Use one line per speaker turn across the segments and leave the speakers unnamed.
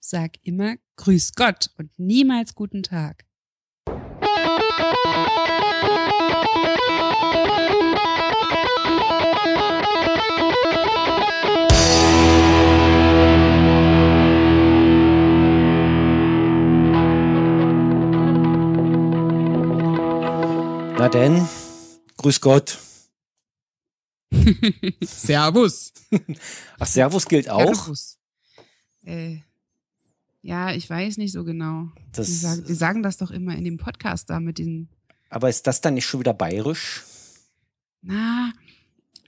sag immer Grüß Gott und niemals guten Tag.
Na denn, grüß Gott.
Servus.
Ach, Servus gilt auch.
Servus. Äh, ja, ich weiß nicht so genau.
Das,
Die sagen, die sagen das doch immer in dem Podcast da mit den,
aber ist das dann nicht schon wieder bayerisch?
na,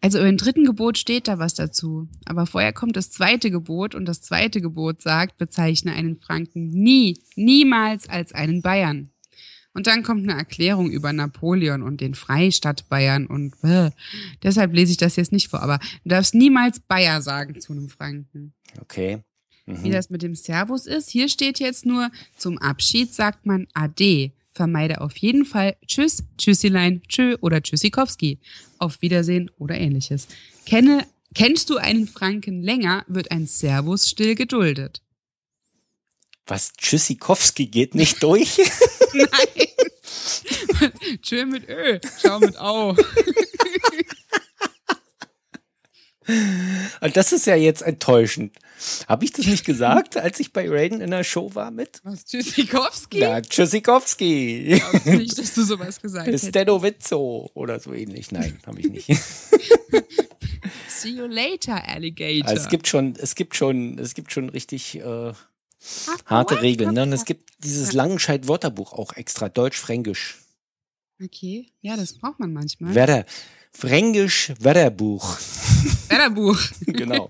also im dritten Gebot steht da was dazu. Aber vorher kommt das zweite Gebot und das zweite Gebot sagt, bezeichne einen Franken nie, niemals als einen Bayern. Und dann kommt eine Erklärung über Napoleon und den Freistaat Bayern und äh, deshalb lese ich das jetzt nicht vor. Aber du darfst niemals Bayer sagen zu einem Franken.
Okay. Mhm.
wie das mit dem Servus ist. Hier steht jetzt nur, zum Abschied sagt man Ade. Vermeide auf jeden Fall Tschüss, Tschüssilein, Tschö oder Tschüssikowski. Auf Wiedersehen oder ähnliches. Kenne, kennst du einen Franken länger, wird ein Servus still geduldet.
Was? Tschüssikowski geht nicht durch?
Tschö mit Ö, schau mit Au.
Und das ist ja jetzt enttäuschend. Habe ich das nicht gesagt, als ich bei Raiden in der Show war mit?
Was, Tschüssikowski?
Na, Tschüssikowski.
Ich glaub nicht, dass du sowas gesagt hättest.
Stenowitzo oder so ähnlich. Nein, habe ich nicht.
See you later, Alligator.
Also es gibt schon, es gibt schon, es gibt schon richtig äh,
Ach,
harte
what?
Regeln. Ne? Und es gibt dieses Langenscheid-Wörterbuch auch extra, Deutsch-Fränkisch.
Okay, ja, das braucht man manchmal.
Werder. Fränkisch-Werderbuch.
Wetterbuch.
genau.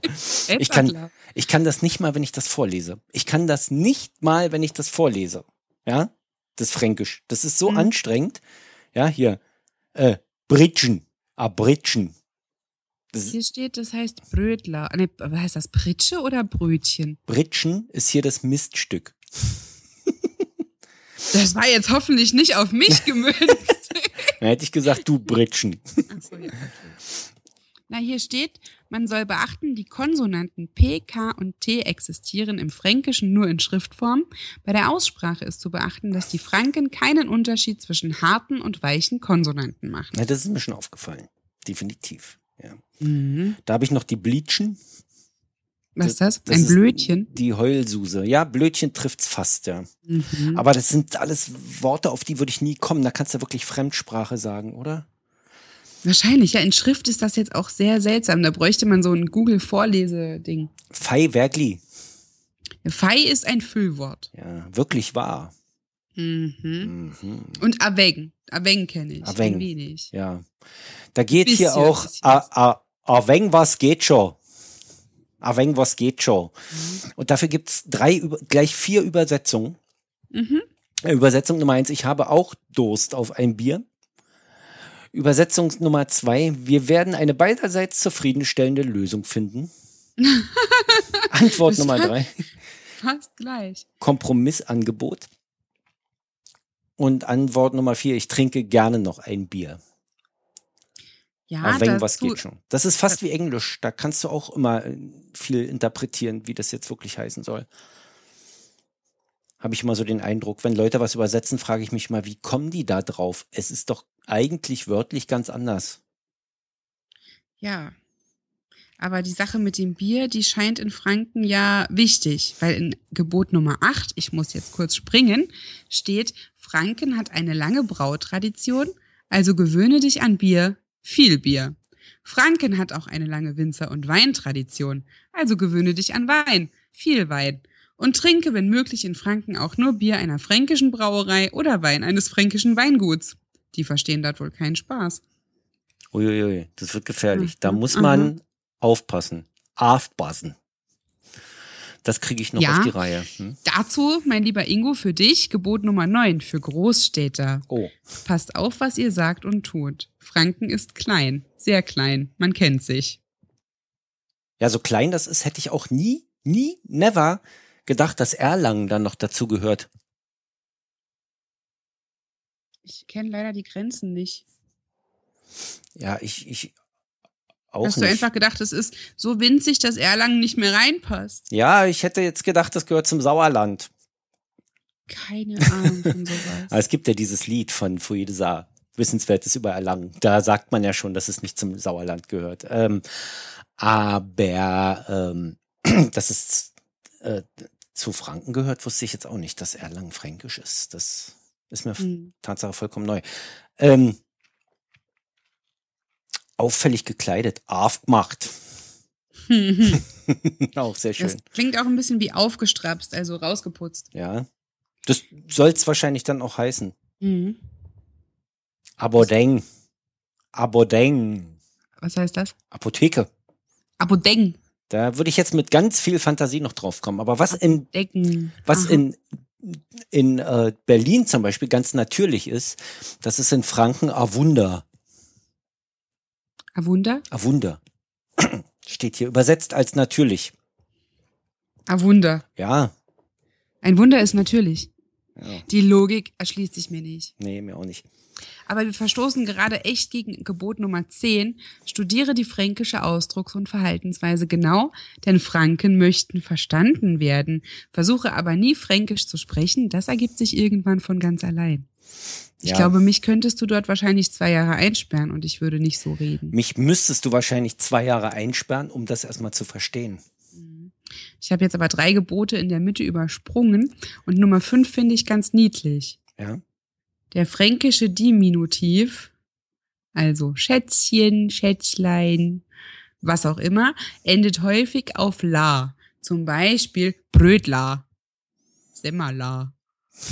Ich kann, ich kann das nicht mal, wenn ich das vorlese. Ich kann das nicht mal, wenn ich das vorlese. Ja? Das Fränkisch. Das ist so
Mhm.
anstrengend. Ja, hier. Äh, Britschen. Ah, Britschen.
Hier steht, das heißt Brötler. Ne, aber heißt das Pritsche oder Brötchen?
Britschen ist hier das Miststück.
Das war jetzt hoffentlich nicht auf mich gemünzt.
Dann hätte ich gesagt, du Britschen.
Ach so, ja, okay. Na, hier steht, man soll beachten, die Konsonanten P, K und T existieren im Fränkischen nur in Schriftform. Bei der Aussprache ist zu beachten, dass die Franken keinen Unterschied zwischen harten und weichen Konsonanten machen.
Na, das ist mir schon aufgefallen. Definitiv. Ja.
Mhm.
Da habe ich noch die Bleachen.
Was ist das?
Das
Ein
ist
Blötchen?
Die Heulsuse. Ja, Blötchen trifft's fast, ja.
Mhm.
Aber das sind alles Worte, auf die würde ich nie kommen. Da kannst du wirklich Fremdsprache sagen, oder?
Wahrscheinlich, ja. In Schrift ist das jetzt auch sehr seltsam. Da bräuchte man so ein Google-Vorleseding.
Fei Wergli.
Fei ist ein Füllwort.
Ja, wirklich wahr.
Mhm.
Mhm.
Und erwägen. Erwägen kenne ich.
Erwägen.
Ein wenig.
Ja. Da geht
Bisschen,
hier auch,
bisschen.
a, a, a wenn was geht schon. A wenn was geht schon. Und dafür gibt's drei, über- gleich vier Übersetzungen.
Mhm.
Äh, Übersetzung Nummer eins, ich habe auch Durst auf ein Bier. Übersetzung Nummer zwei, wir werden eine beiderseits zufriedenstellende Lösung finden. Antwort
Das
Nummer
war-
drei.
Fast gleich.
Kompromissangebot. Und Antwort Nummer vier, ich trinke gerne noch ein Bier.
Ja, Ah,
Aber wenn was
dazu-
geht schon. Das ist fast wie Englisch. Da kannst du auch immer äh, viel interpretieren, wie das jetzt wirklich heißen soll. Habe ich immer so den Eindruck, wenn Leute was übersetzen, frage ich mich mal, wie kommen die da drauf? Es ist doch eigentlich wörtlich ganz anders.
Ja. Aber die Sache mit dem Bier, die scheint in Franken ja wichtig, weil in Gebot Nummer 8, ich muss jetzt kurz springen, steht, Franken hat eine lange Brautradition, also gewöhne dich an Bier, viel Bier. Franken hat auch eine lange Winzer- und Weintradition, also gewöhne dich an Wein, viel Wein. Und trinke, wenn möglich, in Franken auch nur Bier einer fränkischen Brauerei oder Wein eines fränkischen Weinguts. Die verstehen dort wohl keinen Spaß.
Uiuiui, das wird gefährlich. Da
Mhm,
muss
mhm.
man aufpassen. Aufpassen. Das kriege ich noch
Ja.
auf die Reihe. Hm?
Dazu, mein lieber Ingo, für dich Gebot Nummer 9 für Großstädter.
Oh,
Passt auf, was ihr sagt und tut. Franken ist klein, sehr klein, man kennt sich.
ja, so klein das ist, hätte ich auch nie, nie, never gedacht, dass Erlangen dann noch dazu gehört.
Ich kenne leider die Grenzen nicht.
Ja, ich, ich Auch
Hast
nicht.
du einfach gedacht, es ist so winzig, dass Erlangen nicht mehr reinpasst?
ja, ich hätte jetzt gedacht, das gehört zum Sauerland.
Keine Ahnung von sowas.
Aber es gibt ja dieses Lied von Fouille de Saar, Wissenswertes über Erlangen. Da sagt man ja schon, dass es nicht zum Sauerland gehört. Ähm, aber ähm, dass es äh, zu Franken gehört, wusste ich jetzt auch nicht, dass Erlangen fränkisch ist. Das ist mir
Hm.
Tatsache vollkommen neu. Ähm, auffällig gekleidet, aufgemacht.
Hm.
auch sehr schön.
Das klingt auch ein bisschen wie aufgestrapst, also rausgeputzt.
Ja. Das soll es wahrscheinlich dann auch heißen.
Mhm.
Abodeng. Abodeng.
Was heißt das?
Apotheke.
Abodeng.
Da würde ich jetzt mit ganz viel Fantasie noch drauf kommen. Aber was in,
Decken.
was
Aha.
in, in äh, Berlin zum Beispiel ganz natürlich ist, das ist in Franken Awunder.
Ah, Wunder?
Awunder. Steht hier übersetzt als natürlich.
Ah, Wunder.
Ja.
Ein Wunder ist natürlich.
ja.
Die Logik erschließt sich mir nicht.
Nee, mir auch nicht.
Aber wir verstoßen gerade echt gegen Gebot Nummer 10. Studiere die fränkische Ausdrucks- und Verhaltensweise genau, denn Franken möchten verstanden werden. Versuche aber nie fränkisch zu sprechen, das ergibt sich irgendwann von ganz allein. Ich
Ja.
glaube, mich könntest du dort wahrscheinlich zwei Jahre einsperren und ich würde nicht so reden.
Mich müsstest du wahrscheinlich zwei Jahre einsperren, um das erstmal zu verstehen.
Ich habe jetzt aber drei Gebote in der Mitte übersprungen und Nummer fünf finde ich ganz niedlich.
Ja.
Der fränkische Diminutiv, also Schätzchen, Schätzlein, was auch immer, endet häufig auf la. Zum Beispiel Brötla, Semmerla.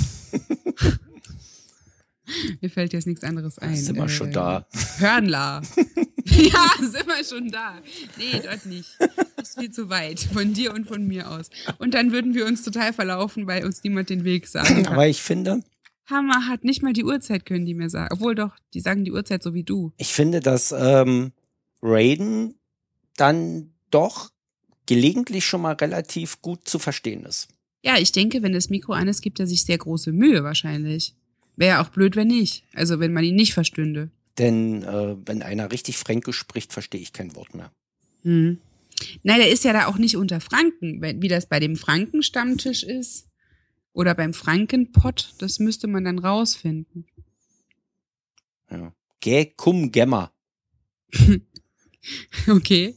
Mir fällt jetzt nichts anderes ein.
sind wir schon
Äh,
da.
Hörnla. ja, sind wir schon da. Nee, dort nicht. Das ist viel zu weit. Von dir und von mir aus. Und dann würden wir uns total verlaufen, weil uns niemand den Weg sagen kann.
Aber ich finde,
Hammer hat nicht mal die Uhrzeit, können die mir sagen. Obwohl doch, die sagen die Uhrzeit so wie du.
ich finde, dass ähm, Raiden dann doch gelegentlich schon mal relativ gut zu verstehen ist.
Ja, ich denke, wenn das Mikro an ist, gibt er sich sehr große Mühe wahrscheinlich. Wäre ja auch blöd, wenn nicht. Also wenn man ihn nicht verstünde.
Denn äh, wenn einer richtig fränkisch spricht, verstehe ich kein Wort mehr.
Hm. Nein, der ist ja da auch nicht unter Franken, wenn- wie das bei dem Frankenstammtisch ist. Oder beim Frankenpott, das müsste man dann rausfinden.
Ja. Gä cum gemma,
Okay.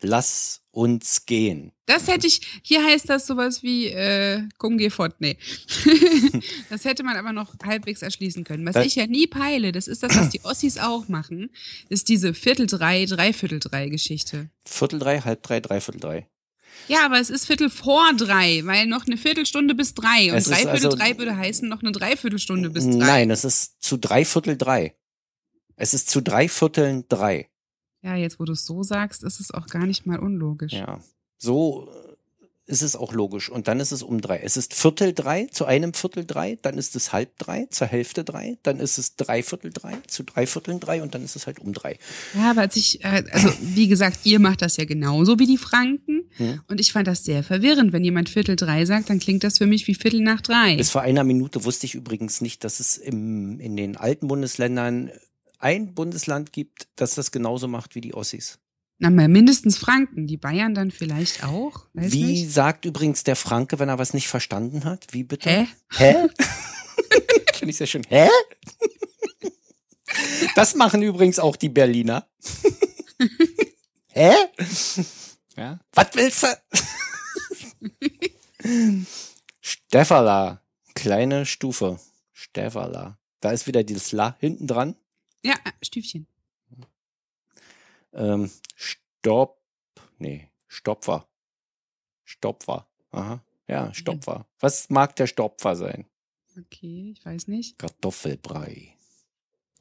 lass uns gehen.
Das hätte ich, hier heißt das sowas wie, äh, komm, geh fort, nee. das hätte man aber noch halbwegs erschließen können. Was
Das-
ich ja nie peile, das ist das, was die Ossis auch machen, ist diese Viertel drei, Dreiviertel drei Geschichte.
Viertel drei, halb drei, dreiviertel drei.
Ja, aber es ist Viertel vor drei, weil noch eine Viertelstunde bis drei. Und
Es ist
Dreiviertel
also-
drei würde heißen, noch eine Dreiviertelstunde bis drei.
Nein, es ist zu dreiviertel drei. Es ist zu drei Vierteln drei.
Ja, jetzt wo du es so sagst, ist es auch gar nicht mal unlogisch.
Ja, so äh, ist es auch logisch. Und dann ist es um drei. Es ist Viertel drei zu einem Viertel drei, dann ist es halb drei zur Hälfte drei, dann ist es Dreiviertel drei zu drei Vierteln drei und dann ist es halt um drei.
Ja, aber als ich, äh, also wie gesagt, ihr macht das ja genauso wie die Franken.
Hm.
Und ich fand das sehr verwirrend. Wenn jemand Viertel drei sagt, dann klingt das für mich wie Viertel nach drei.
Bis vor einer Minute wusste ich übrigens nicht, dass es im, in den alten Bundesländern ein Bundesland gibt, das das genauso macht wie die Ossis.
Na, mal mindestens Franken. Die Bayern dann vielleicht auch. Weiß
wie
nicht.
sagt übrigens der Franke, wenn er was nicht verstanden hat? Wie bitte?
Hä?
Hä? Finde ich sehr schön. Hä? Das machen übrigens auch die Berliner. Hä? Ja. Was willst du? Steffala. Kleine Stufe. Steffala. Da ist wieder dieses La hinten dran.
Ja, äh, Stüfchen.
Ähm, Stopp. Nee, Stopfer. Stopfer. Aha. Ja, Stopfer. Was mag der Stopfer sein?
Okay, ich weiß nicht.
Kartoffelbrei.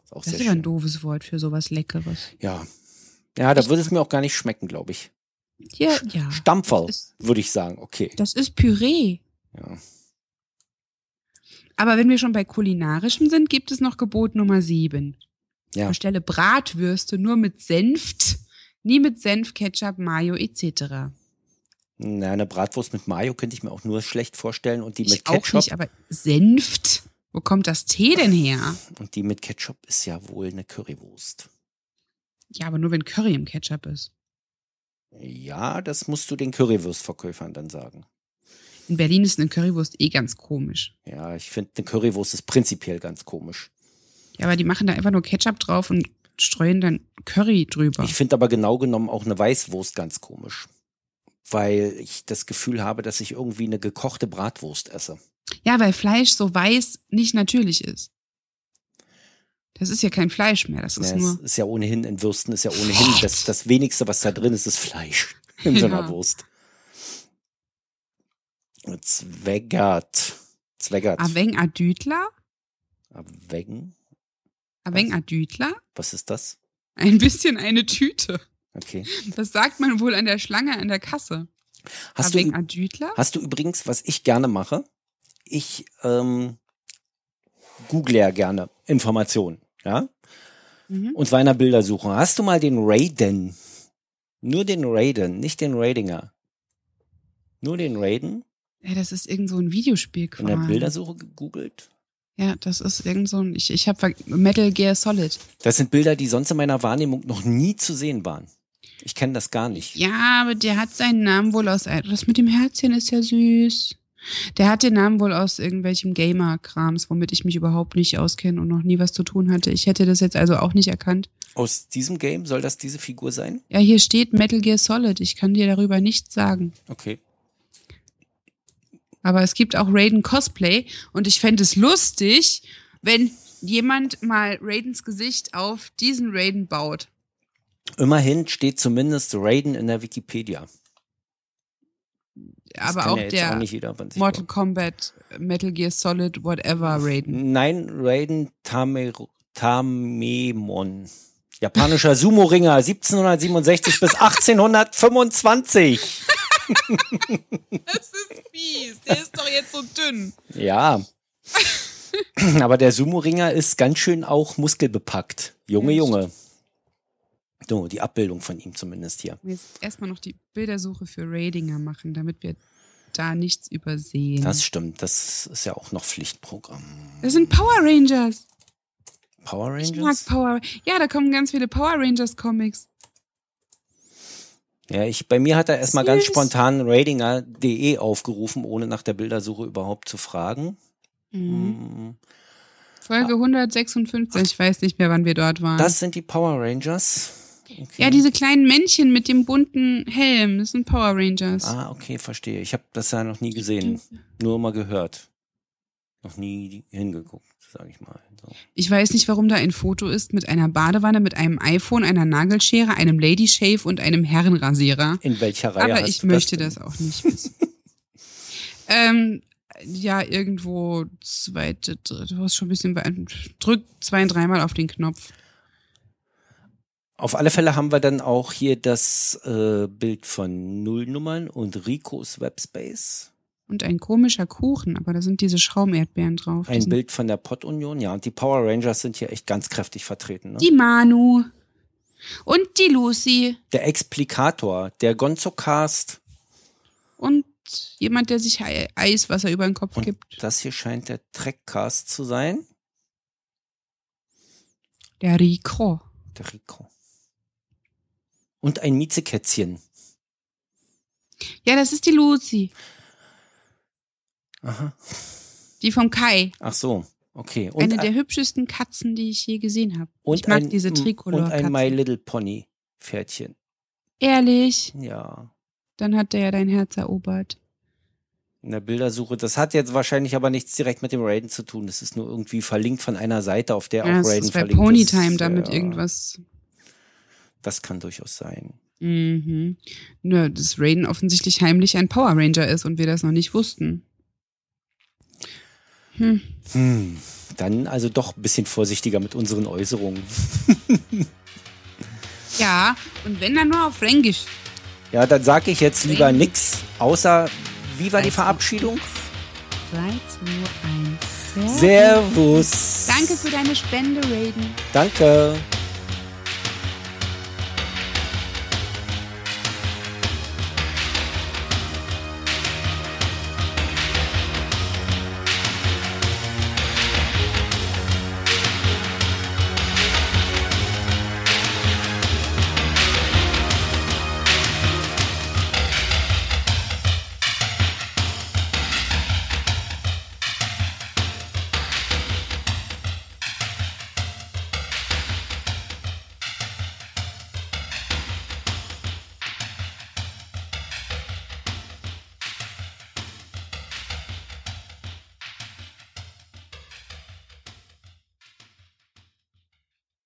Ist auch
Das ist
sehr
aber ein
schön.
doofes Wort für sowas Leckeres.
Ja. Ja, da würde es mir auch gar nicht schmecken, glaube ich.
Ja, ja.
Stampferl,
Das ist-
würde ich sagen. Okay.
Das ist Püree.
Ja.
Aber wenn wir schon bei kulinarischem sind, gibt es noch Gebot Nummer 7.
Ja.
Bestelle Bratwürste nur mit Senft, nie mit Senf, Ketchup, Mayo etc.
Na, eine Bratwurst mit Mayo könnte ich mir auch nur schlecht vorstellen. Und die
Ich
mit
auch
Ketchup.
nicht, aber Senft? Wo kommt das Tee denn her?
Und die mit Ketchup ist ja wohl eine Currywurst.
Ja, aber nur wenn Curry im Ketchup ist.
Ja, das musst du den Currywurstverkäufern dann sagen.
In Berlin ist eine Currywurst eh ganz komisch.
Ja, ich finde, eine Currywurst ist prinzipiell ganz komisch.
Ja, aber die machen da einfach nur Ketchup drauf und streuen dann Curry drüber.
Ich finde aber genau genommen auch eine Weißwurst ganz komisch. Weil ich das Gefühl habe, dass ich irgendwie eine gekochte Bratwurst esse.
ja, weil Fleisch so weiß nicht natürlich ist. Das ist ja kein Fleisch mehr, das ist
Ja, es
nur.
ist ja ohnehin, in Würsten ist ja ohnehin, das, das wenigste, was da drin ist, ist Fleisch in so einer
Ja.
Wurst. Zweggert. Zweggert.
Aveng Adütler?
Wegen?
Aveng Adütler?
Was ist das?
Ein bisschen eine Tüte.
Okay.
Das sagt man wohl an der Schlange an der Kasse.
Hast du,
Aveng Adütler?
hast du übrigens, was ich gerne mache? Ich ähm, google ja gerne Informationen. Ja?
Mhm.
Und zwar in der Bildersuche. Hast du mal den Raiden? Nur den Raiden, nicht den Raidinger. Nur den Raiden
Ja, das ist irgend so ein Videospiel
in der
quasi.
Bildersuche gegoogelt?
Ja, das ist irgend so ein. Ich, ich habe Metal Gear Solid.
Das sind Bilder, die sonst in meiner Wahrnehmung noch nie zu sehen waren. Ich kenne das gar nicht.
Ja, aber der hat seinen Namen wohl aus. äh, Das mit dem Herzchen ist ja süß. Der hat den Namen wohl aus irgendwelchem Gamer-Krams, womit ich mich überhaupt nicht auskenne und noch nie was zu tun hatte. Ich hätte das jetzt also auch nicht erkannt.
Aus diesem Game soll das diese Figur sein?
Ja, hier steht Metal Gear Solid. Ich kann dir darüber nichts sagen.
Okay.
Aber es gibt auch Raiden Cosplay und ich fände es lustig, wenn jemand mal Raidens Gesicht auf diesen Raiden baut.
Immerhin steht zumindest Raiden in der Wikipedia. Das
Aber
kann
auch
ja jetzt
der
auch nicht jeder von sich
Mortal Kombat, Metal Gear Solid, whatever Raiden.
Nein, Raiden Tamer Tamemon. Japanischer Sumo-Ringer 1767 bis 1825.
Das ist fies. Der ist doch jetzt so dünn.
Ja. Aber der Sumo-Ringer ist ganz schön auch muskelbepackt. Junge,
Ja,
Junge. So, die Abbildung von ihm zumindest hier.
Jetzt erstmal noch die Bildersuche für Raidinger machen, damit wir da nichts übersehen.
Das stimmt. Das ist ja auch noch Pflichtprogramm.
das sind Power Rangers.
Power
Ich mag
Rangers?
Power. Ja, da kommen ganz viele Power Rangers Comics.
ja, ich, bei mir hat er erstmal ganz
Süß.
spontan Raidinger.de aufgerufen, ohne nach der Bildersuche überhaupt zu fragen.
Mhm.
Mm.
Folge 156. Ich weiß nicht mehr, wann wir dort waren.
Ah. Das sind die Power Rangers. Okay.
Ah. ja, diese kleinen Männchen mit dem bunten Helm. Das sind Power Rangers.
Ah, okay, verstehe. Ich habe das ja noch nie gesehen, nur mal gehört. Noch nie hingeguckt, sage ich mal. So.
Ich weiß nicht, warum da ein Foto ist mit einer Badewanne, mit einem iPhone, einer Nagelschere, einem Lady Shave und einem Herrenrasierer.
In welcher Reihe
Aber
hast
ich
du
möchte das,
das, denn?
auch nicht wissen. ähm, ja, irgendwo zweite, dritte, du hast schon ein bisschen weit- drück zwei, dreimal auf den Knopf.
Auf alle Fälle haben wir dann auch hier das äh, Bild von Nullnummern und Ricos Webspace.
Und ein komischer Kuchen, aber da sind diese Schaumerdbeeren drauf. die
Ein
sind-
Bild von der Pottunion. Ja, und die Power Rangers sind hier echt ganz kräftig vertreten. Ne?
Die Manu. Und die Lucy.
Der Explikator, der Gonzo-Cast.
Und jemand, der sich Ei- Eiswasser über den Kopf
Und
gibt.
das hier scheint der Trackcast zu sein.
Der Rico.
Der Rico. Und ein Miezekätzchen.
Ja, das ist die Lucy.
Aha.
Die vom Kai.
Ach so, okay. Und,
Eine
ein-
der hübschesten Katzen, die ich je gesehen habe.
und
Ich mag
ein, hm,
diese
Und ein My
Tricolor-Katzen.
Little Pony Pferdchen.
Ehrlich,
Ja.
dann hat der ja dein Herz erobert.
In der Bildersuche. Das hat jetzt wahrscheinlich aber nichts direkt mit dem Raiden zu tun. Das ist nur irgendwie verlinkt von einer Seite, auf der
Ja,
auch
das
Raiden
ist bei
verlinkt
Ponytime
ist.
damit
ja,
irgendwas.
Das kann durchaus sein.
Mhm. Nur, dass Raiden offensichtlich heimlich ein Power Ranger ist und wir das noch nicht wussten. Hm.
Hm. Dann also doch ein bisschen vorsichtiger mit unseren Äußerungen.
Ja, und wenn dann nur auf Fränkisch.
Ja, dann sage ich jetzt lieber nix, außer wie war die Verabschiedung?
3, 2, 1.
Servus.
Danke für deine Spende, Raiden.
Danke.